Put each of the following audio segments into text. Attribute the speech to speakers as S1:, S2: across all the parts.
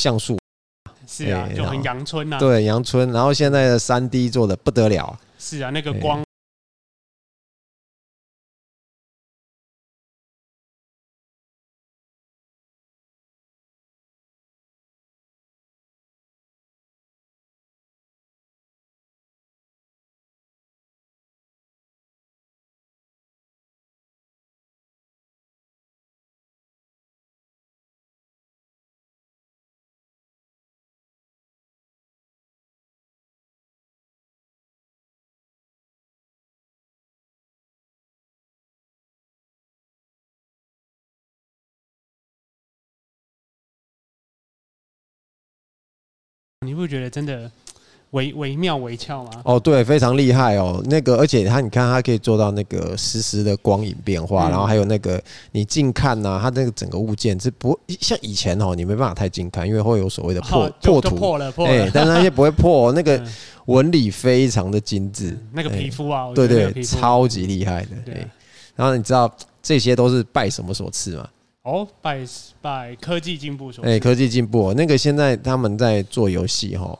S1: 像素，
S2: 是啊，
S1: 哎
S2: 就
S1: 然
S2: 很
S1: 后
S2: 阳春呐、啊。，
S1: 对阳春，然后现在的三 D 做的不得了，
S2: 是啊，那个
S1: 哎
S2: 光你会觉得真的惟惟妙惟肖吗？
S1: 哦，对，非常厉害哦。那个，而且它，你看它可以做到那个实时的光影变化，
S2: 嗯
S1: 然后还有那个你近看呐、它那个整个物件是不像以前哦，你没办法太近看，因为会有所谓的破、
S2: 哦就
S1: 破
S2: 就
S1: 图，哎
S2: 破了破了。
S1: 但是那些不会 破、哦，那个
S2: 嗯
S1: 纹理非常的精致，
S2: 那个
S1: 哎
S2: 皮肤啊，我
S1: 对
S2: 觉得那个
S1: 对，
S2: 皮肤
S1: 超级厉害的。
S2: 对
S1: 哎
S2: 啊
S1: 然后你知道这些都是拜什么所赐吗？
S2: 哦，拜拜科技进步所
S1: 哎、
S2: 赐
S1: 科技进步、哦，那个现在他们在做游戏哈，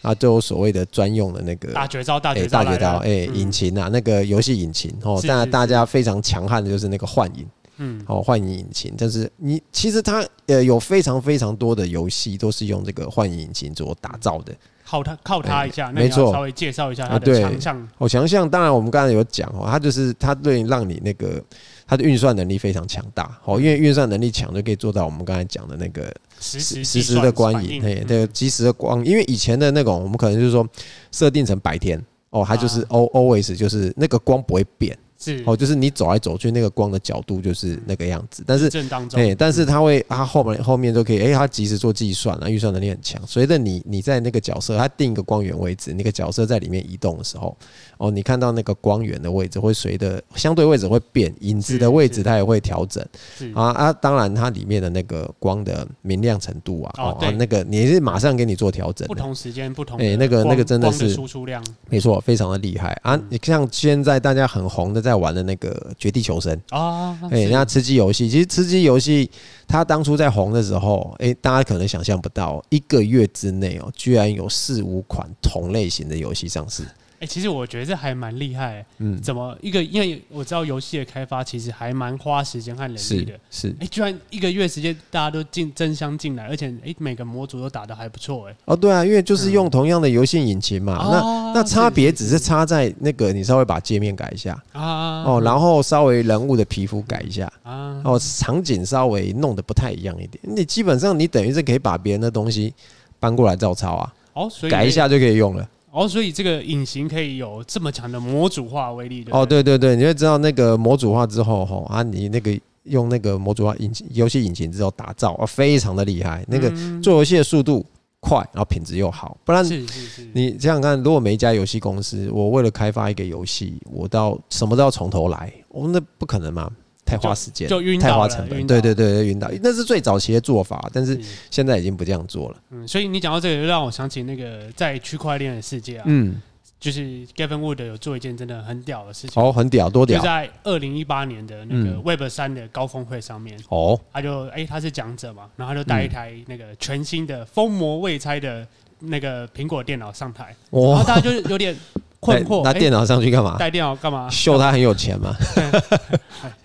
S1: 啊，都有所谓的专用的那个
S2: 大绝招，大
S1: 哎、
S2: 绝招
S1: 大
S2: 来
S1: 绝
S2: 了，
S1: 招，哎、
S2: 嗯
S1: 引擎啊，那个游戏引擎哦，
S2: 是
S1: 大
S2: 是是
S1: 大家非常强悍的就是那个幻影
S2: 嗯，
S1: 哦，幻影引擎，但是你其实它呃有非常非常多的游戏都是用这个幻影引擎所打造的。
S2: 靠它靠它一下，那
S1: 哎没
S2: 你要
S1: 错
S2: 稍微介绍一下
S1: 啊
S2: 它的
S1: 对
S2: 强项，
S1: 哦，强项当然我们刚才有讲哦，它就是它对让你那个它的运算能力非常强大哦，因为运算能力强就可以做到我们刚才讲的那个
S2: 实时
S1: 实实
S2: 计
S1: 时
S2: 算
S1: 的哎观
S2: 反
S1: 影，
S2: 应
S1: 嘿，
S2: 嗯
S1: 对，及时的光，因为以前的那种我们可能就是说设定成白天哦，它就是
S2: 啊
S1: O always 就是那个光不会变。
S2: 是
S1: 哦，就是你走来走去，那个光的角度就是那个样子，但是。
S2: 正当中，
S1: 哎、但是它会，它后面后面就可以，哎、它及时做计算啊，预算能力很强。随着你你在那个角色，它定一个光源位置，那个角色在里面移动的时候，哦，你看到那个光源的位置会随着相对位置会变，影子
S2: 是
S1: 的位置
S2: 是
S1: 它也会调整
S2: 是
S1: 啊啊！当然，它里面的那个光的明亮程度啊，
S2: 哦
S1: 哦，
S2: 对
S1: 啊那个你是马上给你做调整
S2: 不
S1: 的，
S2: 同时间不同
S1: 哎
S2: 的
S1: 那个
S2: 光
S1: 那个真的
S2: 光的
S1: 是
S2: 输出量，
S1: 没错，非常的厉害啊
S2: 嗯！
S1: 你像现在大家很红的在玩的那个《绝地求生》。
S2: 啊，
S1: 哎、
S2: 是
S1: 那吃鸡游戏，其实吃鸡游戏它当初在红的时候，哎、大家可能想象不到，一个月之内哦，居然有四五款同类型的游戏上市。
S2: 哎、其实我觉得这还蛮厉害、
S1: 嗯，
S2: 怎么一个？因为我知道游戏的开发其实还蛮花时间和人力的。
S1: 是是
S2: 哎、居然一个月时间大家都进争相进来，而且哎、每个模组都打得还不错哎、
S1: 哦，对啊，因为就是用同样的游戏引擎嘛，
S2: 嗯哦
S1: 啊那那差别
S2: 是
S1: 只是差在那个你稍微把界面改一下
S2: 啊
S1: 哦，然后稍微人物的皮肤改一下。
S2: 啊
S1: 哦，场景稍微弄得不太一样一点，你基本上你等于是可以把别人的东西搬过来照抄啊，
S2: 哦，所以
S1: 改一下就可以用了。
S2: 哦，所以这个隐形可以有这么强的模组化威力的
S1: 哦，，对对对，你会知道那个模组化之后，吼啊，你那个用那个模组化引擎游戏引擎之后打造啊，非常的厉害。那个
S2: 嗯
S1: 做游戏的速度快，然后品质又好，不然
S2: 是是是，
S1: 你想想看，如果每一家游戏公司，我为了开发一个游戏，我到什么都要从头来，我、那不可能嘛，太花时间，
S2: 就晕
S1: 太
S2: 倒
S1: 花
S2: 了，嗯
S1: 成本。
S2: 晕
S1: 对
S2: 倒
S1: 对对对，晕倒，那是最早期的做法，但是
S2: 是
S1: 现在已经不这样做了。
S2: 嗯，所以你讲到这个，就让我想起那个在区块链的世界啊，
S1: 嗯，
S2: 就是 Gavin Wood 有做一件真的很屌的事情，
S1: 哦，很屌，多
S2: 就
S1: 屌
S2: 在二零一八年的那个
S1: 嗯
S2: Web 三的高峰会上面，
S1: 哦，
S2: 他就哎、他是讲者嘛，然后他就带一台那个全新的封魔未拆的那个苹果电脑上台，然后
S1: 哇，
S2: 大家就有点困 惑，
S1: 拿
S2: 哎
S1: 拿电脑上去干嘛？
S2: 带电脑干嘛？
S1: 秀他很有钱嘛？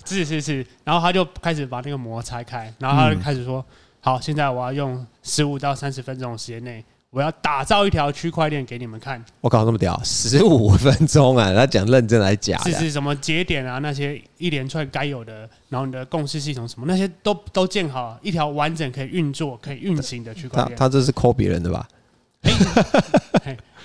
S2: 是是是，然后他就开始把那个膜拆开，然
S1: 嗯
S2: 后他就开始说：“好，现在我要用十五到三十分钟的时间内，我要打造一条区块链给你们看，
S1: 我靠，那么屌，十五分钟啊！他讲认真来假
S2: 是
S1: 的，啊
S2: 是什么节点啊，那些一连串该有的，然后你的共识系统什么那些都都建好，一条完整可以运作、可以运行的区块
S1: 他
S2: 链。
S1: 他这是抠别人的吧？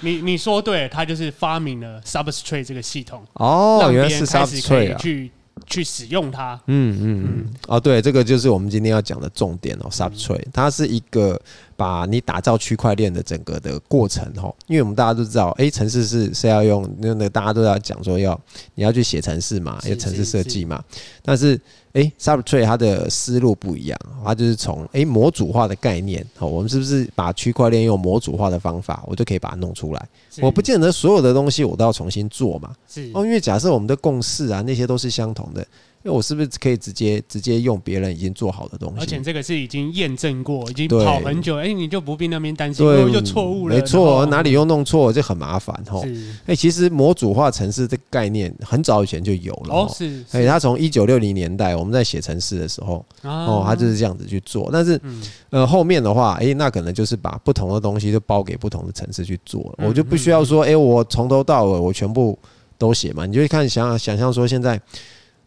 S2: 你你说对了，他就是发明了 Substrate 这个系统，
S1: 哦，
S2: 让别
S1: 原来
S2: 人
S1: 是
S2: 开始可以
S1: substrate 啊！
S2: 去去使用它。
S1: 嗯嗯嗯，哦，对，这个就是我们今天要讲的重点哦，substrate，它是一个把你打造区块链的整个的过程哦，因为我们大家都知道，诶，城市是是要用那那大家都要讲说要你要去写城市嘛，
S2: 是
S1: 要
S2: 是
S1: 城市设计嘛，但是诶 s u b t r a t e 它的思路不一样，它就是从诶模组化的概念哦，我们是不是把区块链用模组化的方法，我就可以把它弄出来？
S2: 是
S1: 我不见得所有的东西我都要重新做嘛。
S2: 是
S1: 哦，因为假设我们的共识啊，那些都是相同的，为我是不是可以直接直接用别人已经做好的东西？
S2: 而且这个是已经验证过，已经
S1: 对
S2: 跑很久，哎、你就不必那边担心，
S1: 对
S2: 因为就错误了，
S1: 没错，
S2: 然后
S1: 哪里又弄错，这很麻烦吼。
S2: 是
S1: 哎、其实模组化城市这个概念很早以前就有了
S2: 哦
S1: 吼。
S2: 是
S1: 哎、它从一九六零年代我们在写城市的时候，
S2: 啊
S1: 哦，它就是这样子去做。但是
S2: 嗯
S1: 呃，后面的话，哎、那可能就是把不同的东西就包给不同的城市去做了。
S2: 嗯
S1: 我就不需要说，哎、我从头到尾我全部都写嘛。你就会看想想象说，现在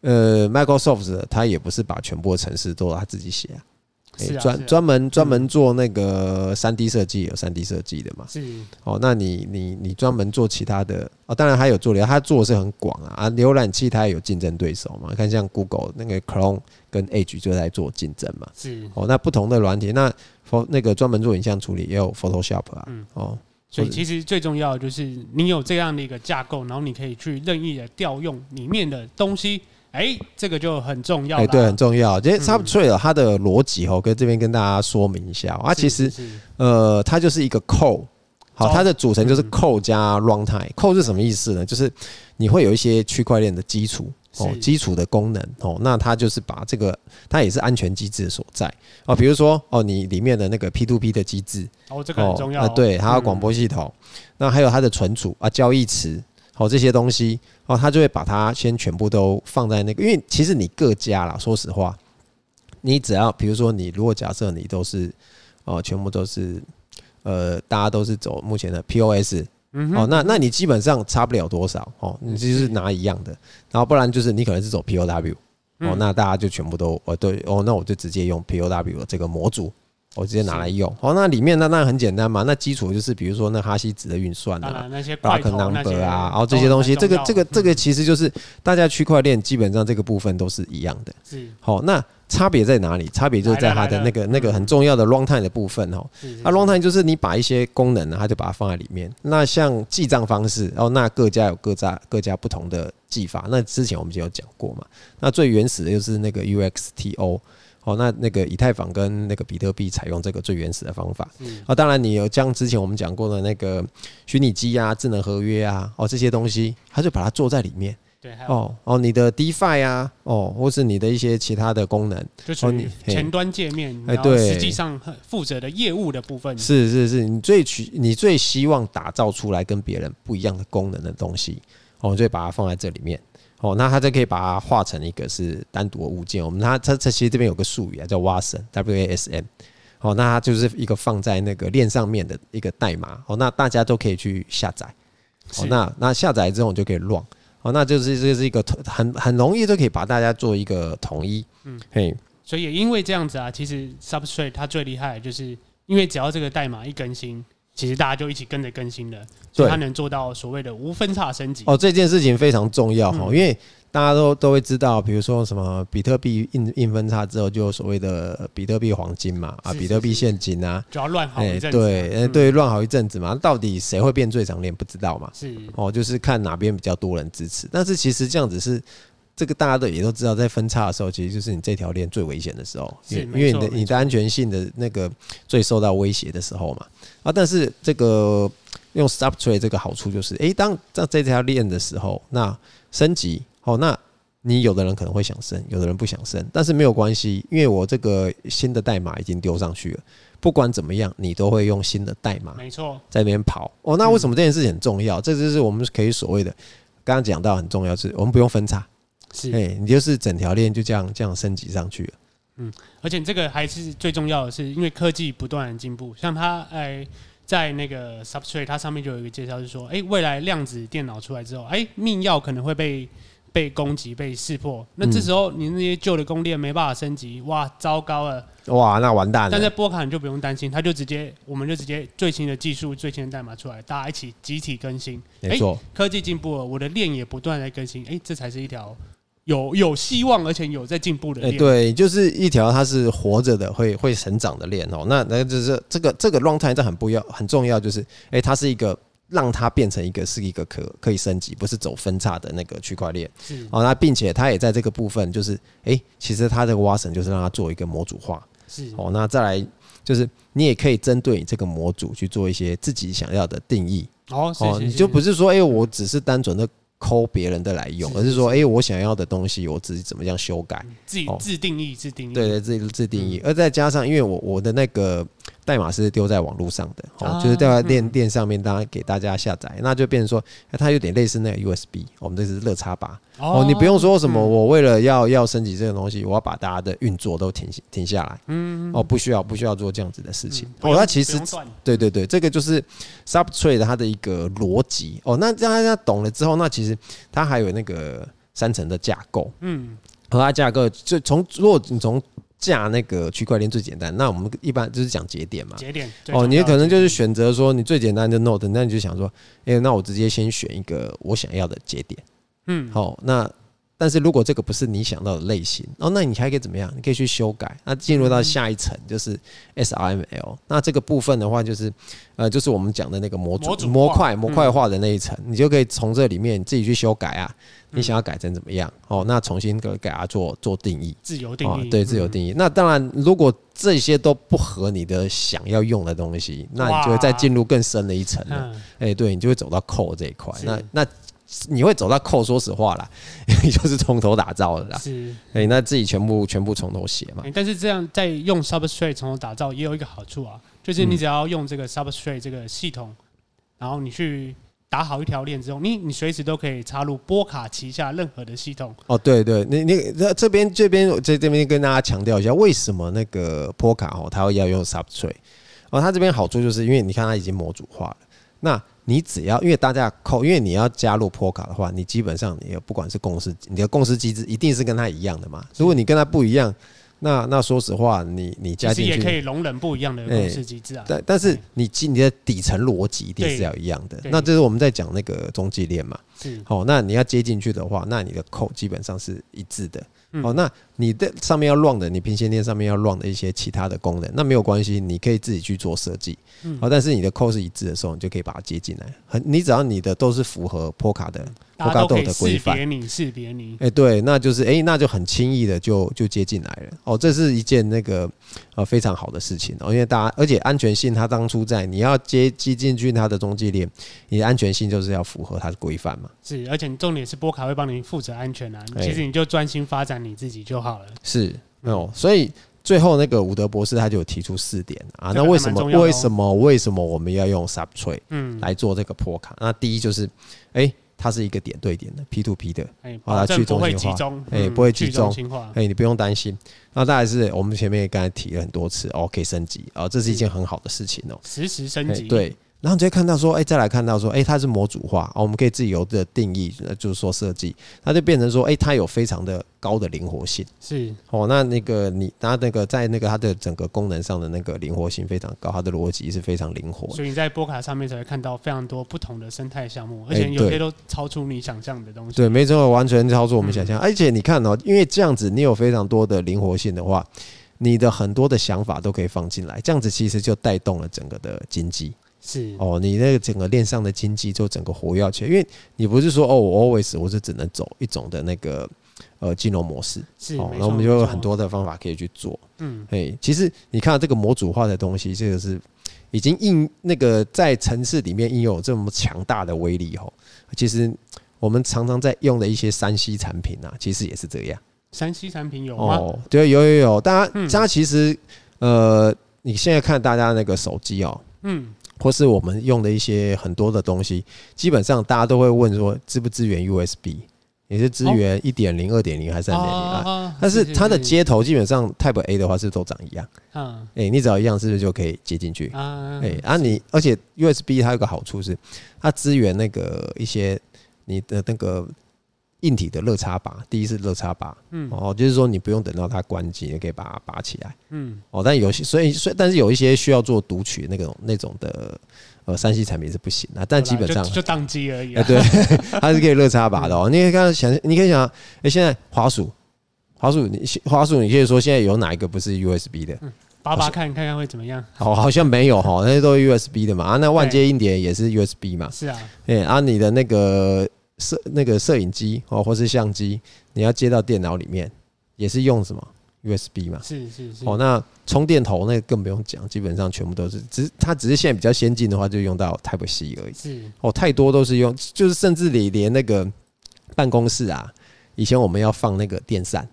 S1: 呃，Microsoft 的它也不是把全部的城市都他自己写啊，哎
S2: 是啊
S1: 专
S2: 是啊
S1: 专门专门做那个三 D 设计有三 D 设计的嘛。
S2: 是
S1: 哦，那你你你专门做其他的哦，当然它有做流，它做的是很广啊啊，浏览器它也有竞争对手嘛，看像 Google 那个 Chrome 跟 Edge 就在做竞争嘛。
S2: 是，
S1: 哦，那不同的软体，那 pho- 那个专门做影像处理也有 Photoshop 啊，
S2: 嗯
S1: 哦，
S2: 所以其实最重要的就是你有这样的一个架构，然后你可以去任意的调用里面的东西，哎、这个就很重要
S1: 哎、
S2: 了。
S1: 对，很重要。这
S2: 嗯
S1: Subtree 它的逻辑哦，跟这边跟大家说明一下、哦，它
S2: 啊
S1: 其实呃，它就是一个扣。好，
S2: 哦
S1: 它的组成就是
S2: 嗯
S1: code 加 runtime。code 是什么意思呢？就是你会有一些区块链的基础哦
S2: 是，
S1: 基础的功能哦。那它就是把这个，它也是安全机制的所在哦。比如说哦，你里面的那个 P2P 的机制
S2: 哦，这个很
S1: 哦
S2: 重要、
S1: 啊，对，还有
S2: 嗯
S1: 广播系统，那还有它的存储啊、交易池哦这些东西哦，它就会把它先全部都放在那个，因为其实你各家啦，说实话，你只要比如说你如果假设你都是哦、全部都是。呃，大家都是走目前的 POS
S2: 嗯哼嗯
S1: 哦，那那你基本上差不了多少哦，你就是拿一样的，然后不然就是你可能是走 POW 哦
S2: 嗯，
S1: 那大家就全部都哦对哦，那我就直接用 POW 的这个模组，我直接拿来用哦，那里面那那很简单嘛，那基础就是比如说那哈希值的运算
S2: 当
S1: 啊
S2: 然。那些块
S1: block
S2: 头呃那些
S1: number 啊，然后这些东西，
S2: 都
S1: 这个
S2: 很重要
S1: 这个这个
S2: 嗯
S1: 其实就是大家区块链基本上这个部分都是一样的。
S2: 是
S1: 好，那差别在哪里？差别就在它
S2: 来嗯
S1: 的
S2: 了
S1: 那个那个很重要的 runtime 的部分哦。
S2: 是是
S1: 那 runtime 就是你把一些功能呢，它就把它放在里面。那像记账方式，哦，那各家有各家各家不同的记法。那之前我们就有讲过嘛。那最原始的就是那个 UXTO，哦，那那个以太坊跟那个比特币采用这个最原始的方法。
S2: 是
S1: 啊，当然你有将之前我们讲过的那个虚拟机啊、智能合约啊，哦这些东西，它就把它做在里面。
S2: 对，还有
S1: 哦哦，你的 DeFi 啊，哦，或是你的一些其他的功能。
S2: 就属于
S1: 哦你嘿
S2: 前端界面，
S1: 哎
S2: 然后
S1: 对
S2: 实际上负责的业务的部分
S1: 是是是，你最取你最希望打造出来跟别人不一样的功能的东西，哦，就会把它放在这里面。哦，那它就可以把它化成一个是单独的物件。我们它它它其实这边有个术语啊，叫 WASM W A S M。哦，那它就是一个放在那个链上面的一个代码。哦，那大家都可以去下载。哦
S2: 是，
S1: 那那下载之后你就可以 run。哦，那就是这是一个很很容易就可以把大家做一个统一。嗯，嘿，
S2: 所以也因为这样子啊，其实 Substrate 它最厉害，就是因为只要这个代码一更新，其实大家就一起跟着更新了，所以
S1: 对
S2: 它能做到所谓的无分叉升级。
S1: 哦，这件事情非常重要哈，
S2: 嗯
S1: 因为大家都都会知道，比如说什么比特币硬硬分叉之后，就有所谓的比特币黄金嘛，啊，
S2: 是
S1: 比特币
S2: 是是
S1: 现金啊，
S2: 就要乱好一阵子啊、
S1: 对，哎、
S2: 嗯，
S1: 对，乱好一阵子嘛，到底谁会变最长链不知道嘛，
S2: 是
S1: 哦，就是看哪边比较多人支持，但是其实这样子是。这个大家都也都知道，在分叉的时候，其实就是你这条链最危险的时候，因为
S2: 是
S1: 因
S2: 没
S1: 为
S2: 错
S1: 你的
S2: 没
S1: 你的安全性的那个最受到威胁的时候嘛。啊，但是这个用 Subtree 这个好处就是，诶，当在这条链的时候，那升级哦，那你有的人可能会想升，有的人不想升，但是没有关系，因为我这个新的代码已经丢上去了，不管怎么样，你都会用新的代码
S2: 没错，
S1: 在那边跑。哦，那为什么这件事情很重要？这就是我们可以所谓的刚刚讲到很重要，是我们不用分叉，
S2: 是。
S1: 哎，你就是整条链就这样这样升级上去了。
S2: 而且这个还是最重要的是，因为科技不断的进步，像它哎，在那个 Substrate 它上面就有一个介绍，是说，哎、未来量子电脑出来之后，哎、密钥可能会被被攻击、被识破，那这时候你那些旧的供链没办法升级，哇，糟糕了！
S1: 哇，那完蛋
S2: 但在
S1: 了。
S2: 波卡你就不用担心，它就直接，我们就直接最新的技术、最新的代码出来，大家一起集体更新。
S1: 没错，
S2: 科技进步了，我的链也不断在更新，哎、这才是一条有有希望而且有在进步的
S1: 哎、
S2: 链。
S1: 对，就是一条它是活着的，会会成长的链哦。那那就是这个这个 long time 这很不要很重要，就是哎、它是一个让它变成一个是一个可可以升级，不是走分叉的那个区块链
S2: 是
S1: 哦。那并且它也在这个部分，就是哎、其实它这个挖神就是让它做一个模组化
S2: 是
S1: 哦。那再来就是你也可以针对你这个模组去做一些自己想要的定义
S2: 哦，是
S1: 哦，
S2: 是
S1: 你
S2: 是
S1: 就不是说哎、我只是单纯的抠别人的来用，
S2: 是嗯
S1: 而是说，哎、我想要的东西我自己怎么样修改，
S2: 自己
S1: 哦
S2: 自定义自定义，
S1: 对对，自己自定义。
S2: 嗯
S1: 而再加上，因为我我的那个代码是丢在网络上的，哦，
S2: 啊
S1: 就是丢在店
S2: 嗯
S1: 店上面，大家给大家下载，那就变成说，哎它有点类似那个 USB，我哦们这是热插拔，哦，你不用说什
S2: 嗯
S1: 么，我为了要要升级这个东西，我要把大家的运作都停停下来。
S2: 嗯，
S1: 哦，不需要不需要做这样子的事情
S2: 嗯。不
S1: 哦，
S2: 用
S1: 那其实
S2: 不用断
S1: 对对对，这个就是 Subtree 的它的一个逻辑。哦，那这样大家懂了之后，那其实它还有那个三层的架构。
S2: 嗯，
S1: 和它架构就从如果你从架那个区块链最简单，那我们一般就是讲节点嘛。
S2: 节点最
S1: 哦，
S2: 重
S1: 你
S2: 要
S1: 可能
S2: 的
S1: 就是选择说你最简单的 Node，那你就想说，哎、那我直接先选一个我想要的节点。
S2: 嗯，
S1: 好、那但是如果这个不是你想到的类型，哦，那你还可以怎么样？你可以去修改。那进入
S2: 嗯
S1: 到下一层就是 SRML，那这个部分的话就是，呃，就是我们讲的那个模
S2: 模组
S1: 组、
S2: 化
S1: 模块、模块
S2: 嗯
S1: 化的那一层，你就可以从这里面你自己去修改啊，你
S2: 嗯
S1: 想要改成怎么样？哦，那重新给给它做做定义。
S2: 自由
S1: 啊
S2: 定义，嗯
S1: 对自由
S2: 义，
S1: 定义。那当然，如果这些都不合你的想要用的东西，那你就会再
S2: 哇
S1: 进入更深的一层了。
S2: 嗯，
S1: 哎、对，你就会走到扣这一块。
S2: 是
S1: 那那你会走到扣，说实话啦， 你就是从头打造的啦。啊
S2: 是，
S1: 哎、那自己全部全部从头写嘛。
S2: 欸但是这样在用 Substrate 从头打造也有一个好处啊，就是
S1: 嗯
S2: 你只要用这个 Substrate 这个系统，然后你去打好一条链之后，你你随时都可以插入波卡旗下任何的系统。
S1: 哦，对对，你你这这边这边这这边跟大家强调一下，为什么那个波卡哦，它要用 Subtree 哦，它这边好处就是因为你看它已经模组化了，那你只要因为大家扣，因为你要加入波卡的话，你基本上你也不管是共识，你的共识机制一定是跟它一样的嘛。如果你跟它不一样，那那说实话，你你
S2: 其
S1: 加
S2: 实
S1: 进去
S2: 也可以容忍不一样的公司机制啊。
S1: 但但是你基你的底层逻辑一定是
S2: 对
S1: 要一样的。
S2: 对
S1: 那这是我们在讲那个中继链嘛。
S2: 是，
S1: 好、那你要接进去的话，那你的扣基本上是一致的。
S2: 嗯
S1: 哦，那你的上面要 run 的，你平行链上面要 run 的一些其他的功能，那没有关系，你可以自己去做设计。
S2: 嗯
S1: 好、但是你的扣是一致的时候，你就可以把它接进来。很，你只要你的都是符合 p o k a 的，
S2: 大家都可以
S1: Polkadot 的规
S2: 识
S1: 范
S2: 别你，识别你。
S1: 哎、对，那就是哎、那就很轻易的就就接进来了。哦，这是一件那个呃非常好的事情哦，因为大家而且安全性，它当初在你要接接进去它的中继链，你的安全性就是要符合它的规范嘛。
S2: 是，而且你重点是波卡会帮你负责安全啊。
S1: 哎
S2: 其实你就专心发展你自己就好了。
S1: 是哦，所以最后那个伍德博士他就有提出四点啊，那为什么
S2: 这个还蛮重要的哦
S1: 为什么为什么我们要用 Subtree
S2: 嗯，
S1: 来做这个破卡？那第一就是哎、它是一个点对点的 P to P 的，
S2: 哎，
S1: 好啦
S2: 保证
S1: 去中
S2: 不会
S1: 心
S2: 集
S1: 化
S2: 中，
S1: 哎
S2: 嗯
S1: 不会集
S2: 去中
S1: 中
S2: 心化。
S1: 哎、你不用担心。那当然是我们前面也刚才提了很多次哦，可以升级哦，这是一件很好的事情哦。
S2: 实时升
S1: 哎
S2: 级，，
S1: 对，然后你就会看到说，哎、再来看到说，哎、它是模组化哦，我们可以自由的定义，呃就是说设计，它就变成说，哎、它有非常的高的灵活性
S2: 是
S1: 哦。那那个你，它那个在那个它的整个功能上的那个灵活性非常高，它的逻辑是非常灵活的。
S2: 所以你在波卡上面才会看到非常多不同的生态项目，
S1: 哎
S2: 而且有
S1: 对
S2: 些都超出你想象的东西。
S1: 对，没错，完全超出我们想
S2: 嗯
S1: 象。而且你看哦，因为这样子你有非常多的灵活性的话，你的很多的想法都可以放进来，这样子其实就带动了整个的经济。
S2: 是，
S1: 哦，你那个整个链上的经济就整个活跃起来，因为你不是说哦，我 always 我是只能走一种的那个呃金融模式，
S2: 是，
S1: 哦，
S2: 没
S1: 那我
S2: 错
S1: 们就
S2: 没
S1: 有
S2: 错
S1: 很多的方法可以去做。
S2: 嗯，
S1: 嘿，其实你看这个模组化的东西，这个是已经应那个在城市里面应有这么强大的威力哦。其实我们常常在用的一些山西产品啊，其实也是这样。
S2: 山西产品有吗？
S1: 哦，对，有有有，大家
S2: 嗯
S1: 大家其实呃，你现在看大家那个手机哦，
S2: 嗯，
S1: 或是我们用的一些很多的东西，基本上大家都会问说支不支援 USB，也是支援一点零、二点零还是三点零啊？
S2: 啊
S1: 但是它的，接头基本上 Type A 的话是都长一样，
S2: 嗯
S1: 哎、你只要一样是不是就可以接进去？
S2: 啊，
S1: 哎、啊你，而且 USB 它有个好处是，它支援那个一些你的那个硬体的热插拔，第一是热插拔，
S2: 嗯
S1: 哦，就是说你不用等到它关机，你可以把它拔起来。
S2: 嗯，
S1: 哦，但有些所以所以但是有一些需要做读取那种那种的呃三 C 产品是不行啊，但基本上
S2: 就嗯就宕机而已
S1: 哎、
S2: 啊。
S1: 对， 它是可以热插拔的哦。你可以看想，你可以想，哎、现在滑鼠，滑鼠你滑鼠，你可以说现在有哪一个不是 USB 的？
S2: 拔拔看看看会怎么样？
S1: 哦，好像没有哈，那些都是 USB 的嘛。啊，那万接硬碟也是 USB 嘛。
S2: 是啊，
S1: 哎、啊，你的那个摄那个摄影机哦，或是相机，你要接到电脑里面，也是用什么 USB 嘛？
S2: 是是是，
S1: 哦，那充电头那个更不用讲，基本上全部都是，只是它只是现在比较先进的话，就用到 Type C 而已。
S2: 是
S1: 哦，太多都是用，就是甚至你连那个办公室啊，以前我们要放那个电扇，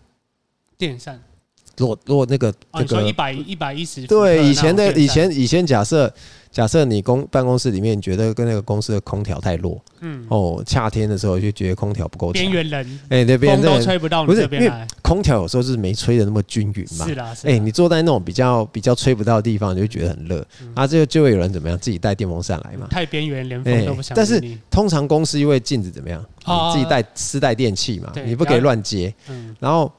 S2: 电扇。
S1: 如果如果那个那
S2: 哦，你说一
S1: 个
S2: 百一百一十？
S1: 对以前的以前以前假设假设你公办公室里面你觉得跟那个公司的空调太弱
S2: 嗯，
S1: 哦，夏天的时候就觉得空调不够强
S2: 边，缘人，
S1: 哎那边
S2: 风都
S1: 那
S2: 吹不到
S1: 不
S2: 你
S1: 是
S2: 这边
S1: 因为
S2: 来。
S1: 空调有时候是没吹的那么均匀嘛
S2: 是。啦，是
S1: 哎、
S2: 啦。
S1: 你坐在那种比较比较吹不到的地方，你就会觉得很热，
S2: 嗯
S1: 啊，这就就会有人怎么样自己带电风扇来嘛。
S2: 太边缘，连风都不
S1: 哎
S2: 想
S1: 但是
S2: 理你。
S1: 通常公司因为禁止怎么样，你
S2: 哦
S1: 自己带私带电器嘛，
S2: 对
S1: 你不可以乱接，
S2: 嗯，
S1: 然后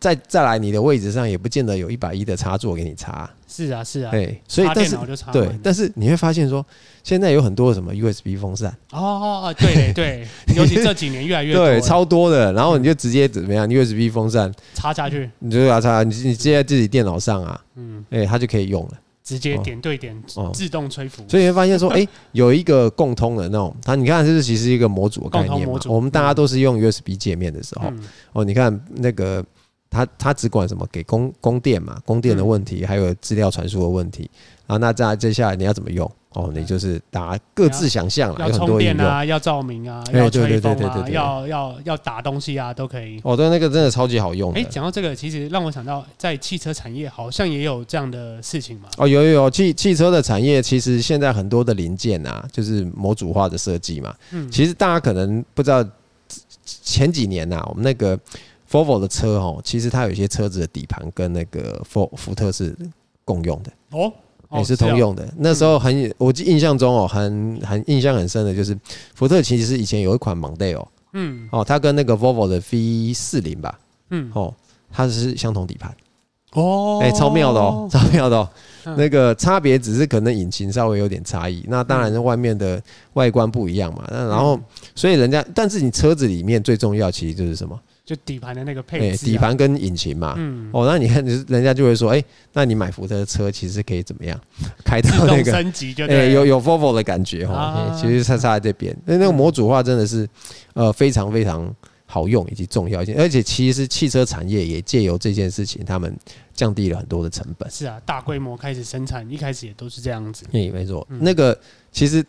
S1: 再再来你的位置上也不见得有一百一的插座给你插，
S2: 是啊，是啊。
S1: 对，哎所以
S2: 插
S1: 但
S2: 电
S1: 是
S2: 脑就插
S1: 对
S2: 完，
S1: 但是你会发现说，现在有很多什么 USB 风扇，
S2: 哦哦哦，对嘞对，尤其这几年越来越多哎了，
S1: 对，超多的，然后你就直接怎么样，USB 风扇
S2: 插下去，
S1: 你就给它插，你你接在自己电脑上啊，
S2: 嗯，
S1: 哎、它就可以用了，
S2: 直接
S1: 哦
S2: 点对点，
S1: 哦。
S2: 自动吹拂，
S1: 所以你会发现 说，哎、有一个共通的那种，它你看这是其实一个模组的概
S2: 共
S1: 念
S2: 同模
S1: 嘛。
S2: 组
S1: 我们大家都是用 USB 界面的时候，
S2: 嗯，
S1: 哦，你看那个他他只管什么给供供电嘛，供电的问
S2: 嗯
S1: 题，还有资料传输的问题。啊，那再接下来你要怎么用？哦，你就是大家各自想象了，哦
S2: 要
S1: 有很
S2: 充
S1: 多应
S2: 电
S1: 用。
S2: 啊，要照明啊，
S1: 哎
S2: 要
S1: 对
S2: 吹
S1: 对对
S2: 风
S1: 对对
S2: 啊，
S1: 对
S2: 要要要打东西啊，都可以。
S1: 哦，对，那个真的超级好用的
S2: 哎，。讲到这个，其实让我想到，在汽车产业好像也有这样的事情嘛。
S1: 哦，有有有，汽汽车的产业其实现在很多的零件啊，就是模组化的设计嘛。
S2: 嗯，
S1: 其实大家可能不知道，前几年呐、啊我们那个 Volvo 的车哦，其实它有一些车子的底盘跟那个福福特是共用的。
S2: 哦，
S1: 也、
S2: 哦
S1: 是通。
S2: 哦
S1: 用的。那时候很，我记印象中哦，很很印象很深的就是福特其实以前有一款 Mondeo
S2: 嗯
S1: 哦，它跟那个 Volvo 的 V 四零吧，
S2: 嗯，
S1: 哦，它是相同底盘，
S2: 哦，
S1: 哎、超妙的哦，，超妙的哦。
S2: 嗯
S1: 那个差别只是可能引擎稍微有点差异，那当然外面的外观不一样嘛。那然后
S2: 嗯
S1: 所以人家，但是你车子里面最重要其实就是什么？
S2: 就底盘的那个
S1: 哎、
S2: 配置啊，
S1: 底盘跟引擎嘛。
S2: 嗯，
S1: 哦，那你看，就是人家就会说，哎、那你买福特的车其实可以怎么样？ 开到
S2: 自
S1: 那
S2: 动
S1: 个
S2: 升级就
S1: 哎、
S2: 对了，
S1: 有有 Volvo 的感觉哈、
S2: 啊嗯
S1: 哎其实差差在这边。那那个模组化真的是，呃，非常非常好用以及重要性，而且其实汽车产业也借由这件事情，他们降低了很多的成本。
S2: 是啊，大规模开始生产，一开始也都是这样子。
S1: 哎、没错，
S2: 嗯
S1: 那个其实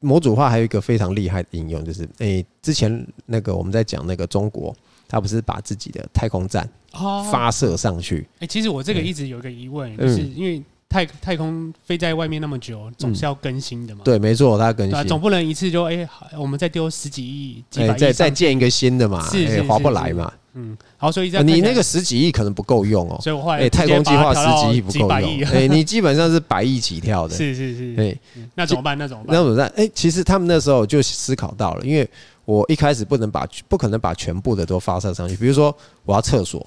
S1: 模组化还有一个非常厉害的应用，就是哎、之前那个我们在讲那个中国，他不是把自己的太空站
S2: 哦
S1: 发射上去？
S2: 哎、其实我这个一直有一个疑问，
S1: 哎
S2: 就是
S1: 嗯
S2: 因为太太空飞在外面那么久，总是要更新的嘛。
S1: 对，没错，它更
S2: 哦对啊，
S1: 新
S2: 总。不能一次就哎、好我们再丢十几亿、几
S1: 哎、
S2: 百亿、
S1: 再再，建一个新的嘛，
S2: 是
S1: 哎
S2: 是
S1: 划不
S2: 是
S1: 来
S2: 是
S1: 嘛。
S2: 嗯，好，所以这样看
S1: 哦你
S2: 起来
S1: 那个，十几亿可能不够用哦，
S2: 所以我后来
S1: 哎、太空计划十几亿
S2: 亿
S1: 不够
S2: 百
S1: 用，
S2: 啊
S1: 哎、你基本上是百亿起跳的。
S2: 是是是，
S1: 哎、
S2: 嗯那怎么办？那怎么
S1: 那
S2: 办？
S1: 怎么办？哎、其实他们那时候就思考到了，因为我一开始不能把不可能把全部的都发射上去，比如说我要厕所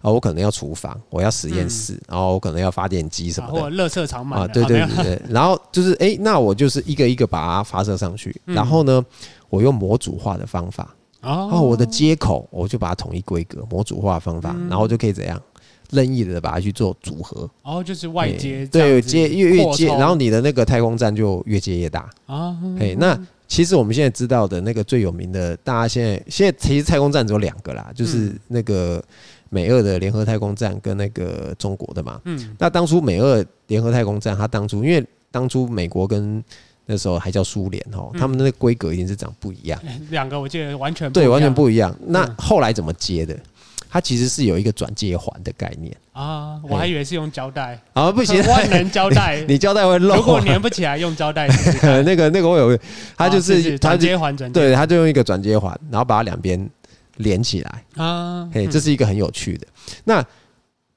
S1: 啊，我可能要厨房，我要实验室，然后我可能要发电机什
S2: 啊
S1: 么
S2: 或者
S1: 的。
S2: 乐色嗯场满了
S1: 啊，对
S2: 啊没
S1: 对
S2: 有
S1: 对对，然后就是哎、那我就是一个一个把它发射上去，然后呢，我用模组化的方法，哦，
S2: 嗯哦，
S1: 我的接口我就把它统一规格、模组化的方
S2: 嗯
S1: 法，然后就可以怎样任意的把它去做组合，
S2: 哦，就是外接
S1: 欸
S2: 这
S1: 对
S2: 样子
S1: 接越越
S2: 扩
S1: 接，
S2: 充
S1: 然后你的那个太空站就越接越大。
S2: 啊，
S1: 嘿，那其实我们现在知道的那个最有名的，大家现在现在其实太空站只有两个啦，
S2: 嗯
S1: 就是那个美俄的联合太空站跟那个中国的嘛。
S2: 嗯
S1: 那当初美俄联合太空站，它当初因为当初美国跟那时候还叫苏联哦，
S2: 嗯
S1: 他们的那个规格一定是长不一样，
S2: 两个我记得完全
S1: 对，
S2: 一样
S1: 完全不一样。那
S2: 嗯
S1: 后来怎么接的？它其实是有一个转接环的概念
S2: 啊，我还以为是用 胶带，
S1: 啊，不行，，
S2: 万能胶 带
S1: 你胶带会漏啊。
S2: 如果粘不起来，用胶带试试 看。
S1: 那个那个我有，它就
S2: 啊
S1: 是它
S2: 转
S1: 就
S2: 接环转接
S1: 对，它就用一个转接环，然后把它两边连起来，
S2: 啊，
S1: 嘿，
S2: 嗯
S1: 这是一个很有趣的。那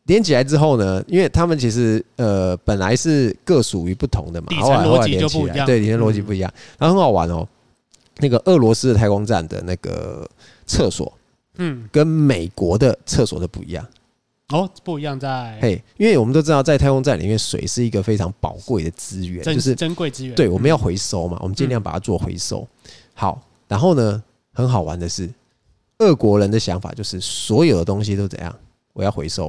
S1: 连起来之后呢，因为他们其实呃本来是各属于不同的嘛，
S2: 底层
S1: 后来
S2: 逻辑
S1: 后来连
S2: 就
S1: 起
S2: 不一
S1: 来，
S2: 样嗯
S1: 对，底层逻辑不一样，然后很好玩哦。那个俄罗斯的太空站的那个厕所
S2: 嗯，
S1: 跟美国的厕所都不一样，
S2: 哦，不一样在，
S1: 嘿，因为我们都知道在太空站里面水是一个非常宝贵的资源，
S2: 珍
S1: 就是
S2: 珍贵资源，
S1: 对，我们要回收嘛，我们尽量把它做回收。好，然后呢，很好玩的是，俄国人的想法就是所有的东西都怎样，我要回收，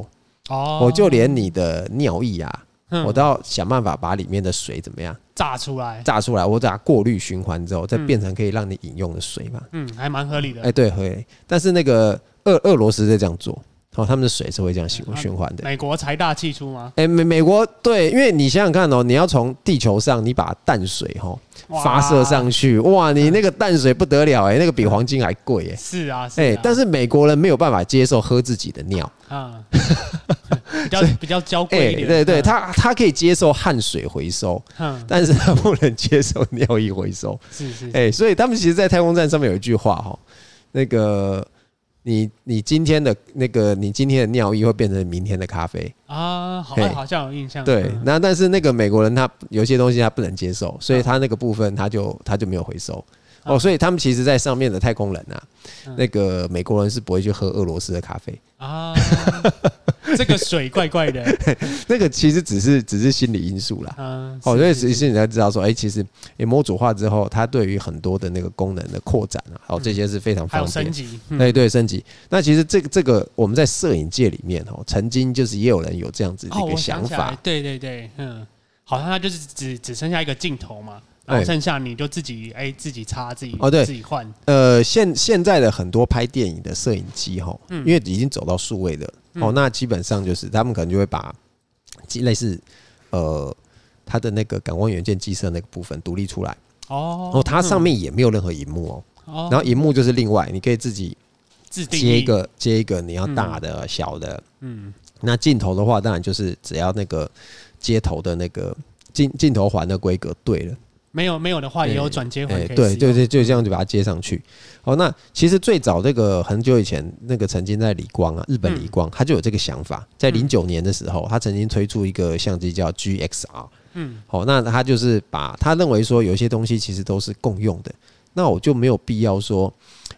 S2: 哦，
S1: 我就连你的尿液啊，
S2: 嗯
S1: 我都要想办法把里面的水怎么样
S2: 炸出来，
S1: 榨出来，我把它过滤循环之后，再
S2: 嗯
S1: 变成可以让你饮用的水嘛。哎
S2: 嗯，还蛮合理的，
S1: 哎，对，可以。但是那个俄俄罗斯在这样做，哦，他们的水是会这样循循环的。
S2: 美国财大气粗吗？
S1: 哎、美美国对，因为你想想看哦，你要从地球上你把淡水哈、哦、
S2: 哇
S1: 发射上去，哇，你那个淡水不得了哎、那个比黄金还贵哎、
S2: 是啊，是
S1: 哎、
S2: 啊，
S1: 但是美国人没有办法接受喝自己的尿，
S2: 啊，比较比较娇
S1: 哎、
S2: 贵一点，
S1: 对对，
S2: 嗯，
S1: 他他可以接受汗水回收，
S2: 嗯，
S1: 但是他不能接受尿液回 收。
S2: 是是，
S1: 哎、所以他们其实，在太空站上面有一句话哈、那个你你今天的那个你今天的尿液会变成明天的咖啡，
S2: 啊，好，
S1: 嘿
S2: 哎好像有印象，
S1: 对
S2: 嗯。
S1: 那但是那个美国人他有些东西他不能接受，所以他那个部分他就他就没有回收。哦，
S2: 啊
S1: 所以他们其实，在上面的太空人啊
S2: 嗯，
S1: 那个美国人是不会去喝俄罗斯的咖啡，
S2: 啊，这个水怪怪的，
S1: 那个其实只是只是心理因素啦。
S2: 嗯，
S1: 哦，所以
S2: 是
S1: 其
S2: 是
S1: 实你才知道说，哎，其实诶模组化之后，它对于很多的那个功能的扩展啊，哦，这些是非常
S2: 嗯
S1: 方
S2: 还有
S1: 便哎
S2: 升。级，嗯
S1: 对对，升级。那其实这个这个，我们在摄影界里面哦，曾经就是也有人有这样子的
S2: 哦，
S1: 一
S2: 我
S1: 个
S2: 想起
S1: 法
S2: 来，，对对对，嗯，好像它就是只只剩下一个镜头嘛，然后
S1: 哎
S2: 剩下你就自己哎自己插自己
S1: 哦对
S2: 自己换，
S1: 呃，现现在的很多拍电影的摄影机哈，
S2: 嗯
S1: 因为已经走到数位的哦，
S2: 嗯
S1: 那基本上就是他们可能就会把机类似呃它的那个感光元件机设那个部分独立出来，
S2: 哦
S1: 哦，它上
S2: 面
S1: 面也没有任何荧幕哦，
S2: 哦，
S1: 然后荧幕就是另外你可以自己
S2: 自定
S1: 接一
S2: 义
S1: 个接一个你要大的小的，
S2: 嗯
S1: 那镜头的话当然就是只要那个接头的那个镜镜头环的规格对了。
S2: 没有没有的话也有转接环
S1: 哎、
S2: 可以
S1: 对
S2: 使
S1: 对
S2: 用嗯
S1: 对，就这样就把它接上去。哦，那其实最早这个很久以前，那个曾经在理光啊，日本理光，他就有这个想法，在零
S2: 嗯
S1: 九年的时候，他曾经推出一个相机叫 GXR。
S2: 嗯
S1: 哦，那他就是把他认为说有些东西其实都是共用的，那我就没有必要说，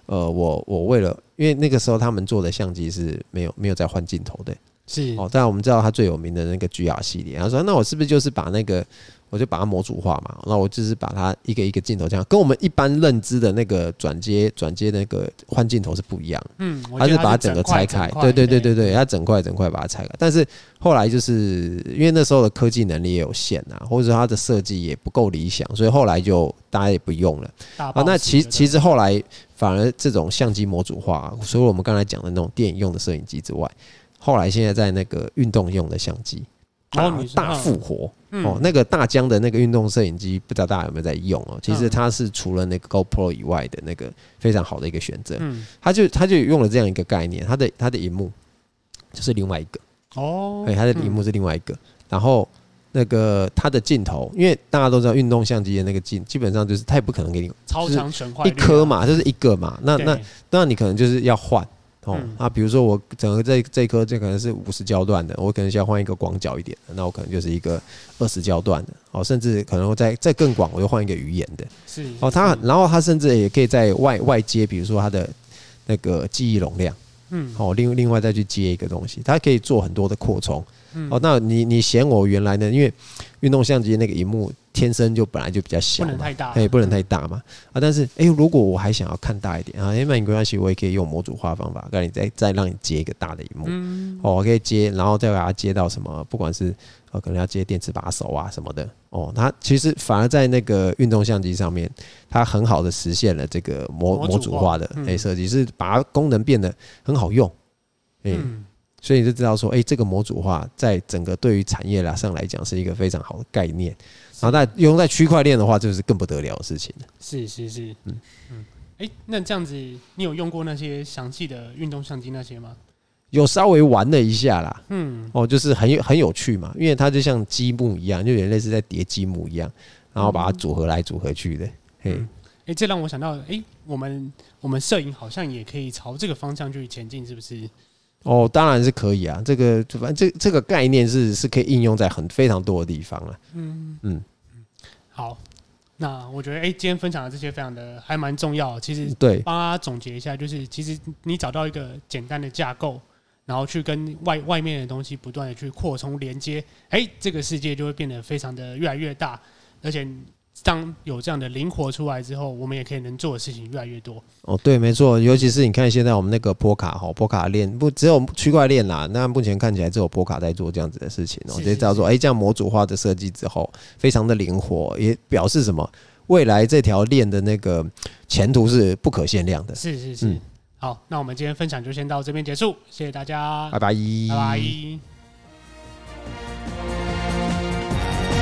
S1: 呃，我我为了，因为那个时候他们做的相机是没有没有在换镜头的。
S2: 是
S1: 哦，但我们知道它最有名的那个 GR 系列，然后说啊那我是不是就是把那个，我就把它模组化嘛，那我就是把它一个一个镜头这样，跟我们一般认知的那个转接转接那个换镜头是不一样，
S2: 嗯，我
S1: 它
S2: 觉
S1: 是
S2: 得
S1: 把它
S2: 它
S1: 整
S2: 整
S1: 个拆开，对
S2: 对
S1: 对对对对，它整块整块把它拆开。但是后来就是因为那时候的科技能力也有限啊，或者说它的设计也不够理想，所以后来就大家也不用了。
S2: 大
S1: 啊，那
S2: boss
S1: 其
S2: 的
S1: 其实后来反而这种相机模组化、除了我们刚才讲的那种电影用的摄影机之外，后来现在在那个运动用的相机，大、
S2: 哦你是
S1: 大
S2: 嗯
S1: 复活、
S2: 嗯
S1: 哦，那个大疆的那个运动摄影机，不知道大家有没有在用哦？其实
S2: 嗯
S1: 它是除了那个 GoPro 以外的那个非常好的一个选择，
S2: 嗯
S1: 它就它就用了这样一个概念，它的它的荧幕就是另外一个。哎
S2: 哦，
S1: 对，它的
S2: 嗯
S1: 荧幕是另外一个。然后那个它的镜头，因为大家都知道运动相机的那个镜，基本上就是它也不可能给你
S2: 超
S1: 就是
S2: 强神话
S1: 一颗嘛，就是一个嘛。那那那你可能就是要换哦。
S2: 嗯
S1: 啊，比如说我整个这这一颗，这可能是五十焦段的，我可能需要换一个广角一点的，那我可能就是一个二十焦段的哦，甚至可能我再再更广，我就换一个鱼眼的
S2: 是
S1: 哦。它
S2: 是
S1: 然后它甚至也可以在外外接，比如说它的那个记忆容量。
S2: 嗯
S1: 哦，另另外再去接一个东西，它可以做很多的扩充。
S2: 嗯
S1: 哦，那你你嫌我原来呢？因为运动相机那个荧幕天生就本来就比较小
S2: 不能
S1: 嘛，
S2: 太大，嗯
S1: 哎、不能太大嘛。啊，但是哎、如果我还想要看大一点啊，哎、那没关系，我也可以用模组化方法，让你再再让你接一个大的荧幕。
S2: 嗯
S1: 哦，我可以接，然后再把它接到什么，不管是呃，可能要接电池把手啊什么的。哦，它其实反而在那个运动相机上面，它很好的实现了这个模
S2: 模
S1: 模
S2: 组
S1: 组
S2: 化
S1: 化的
S2: 嗯
S1: 哎设计，是把它功能变得很好用。哎、
S2: 嗯
S1: 所以你就知道说，哎、这个模组化在整个对于产业啦上来讲是一个非常好的概念。然后在用在区块链的话，就是更不得了的事情了。
S2: 是是是，
S1: 嗯
S2: 嗯嗯，哎、那这样子，你有用过那些详细的运动相机那些吗？
S1: 有稍微玩了一下啦，
S2: 嗯，
S1: 哦，就是很有很有趣嘛，因为它就像积木一样，就有点类似在叠积木一样，然后把它组合来组合去的。嘿
S2: 嗯，哎、这让我想到，哎、我们我们摄影好像也可以朝这个方向去前进，是不是？
S1: 哦，当然是可以啊，这个就反正这这个概念是是可以应用在很非常多的地方了。
S2: 嗯
S1: 嗯
S2: 好，那我觉得，哎、今天分享的这些非常的还蛮重要，其实
S1: 对，
S2: 帮大家总结一下，就是其实你找到一个简单的架构，然后去跟外外面的东西不断的去扩充连接，哎，这个世界就会变得非常的越来越大，而且当有这样的灵活出来之后，我们也可以能做的事情越来越多。
S1: 哦，对，没错，尤其是你看现在我们那个波卡哈，波卡链不只有区块链啦，那目前看起来只有波卡在做这样子的事情哦、
S2: 是
S1: 就叫做哎、这样模组化的设计之后，非常的灵活，也表示什么？未来这条链的那个前途是不可限量的。
S2: 是是是。
S1: 嗯
S2: 好，那我们今天分享就先到这边结束，谢谢大家，
S1: 拜
S2: 拜
S1: 拜，
S2: 拜。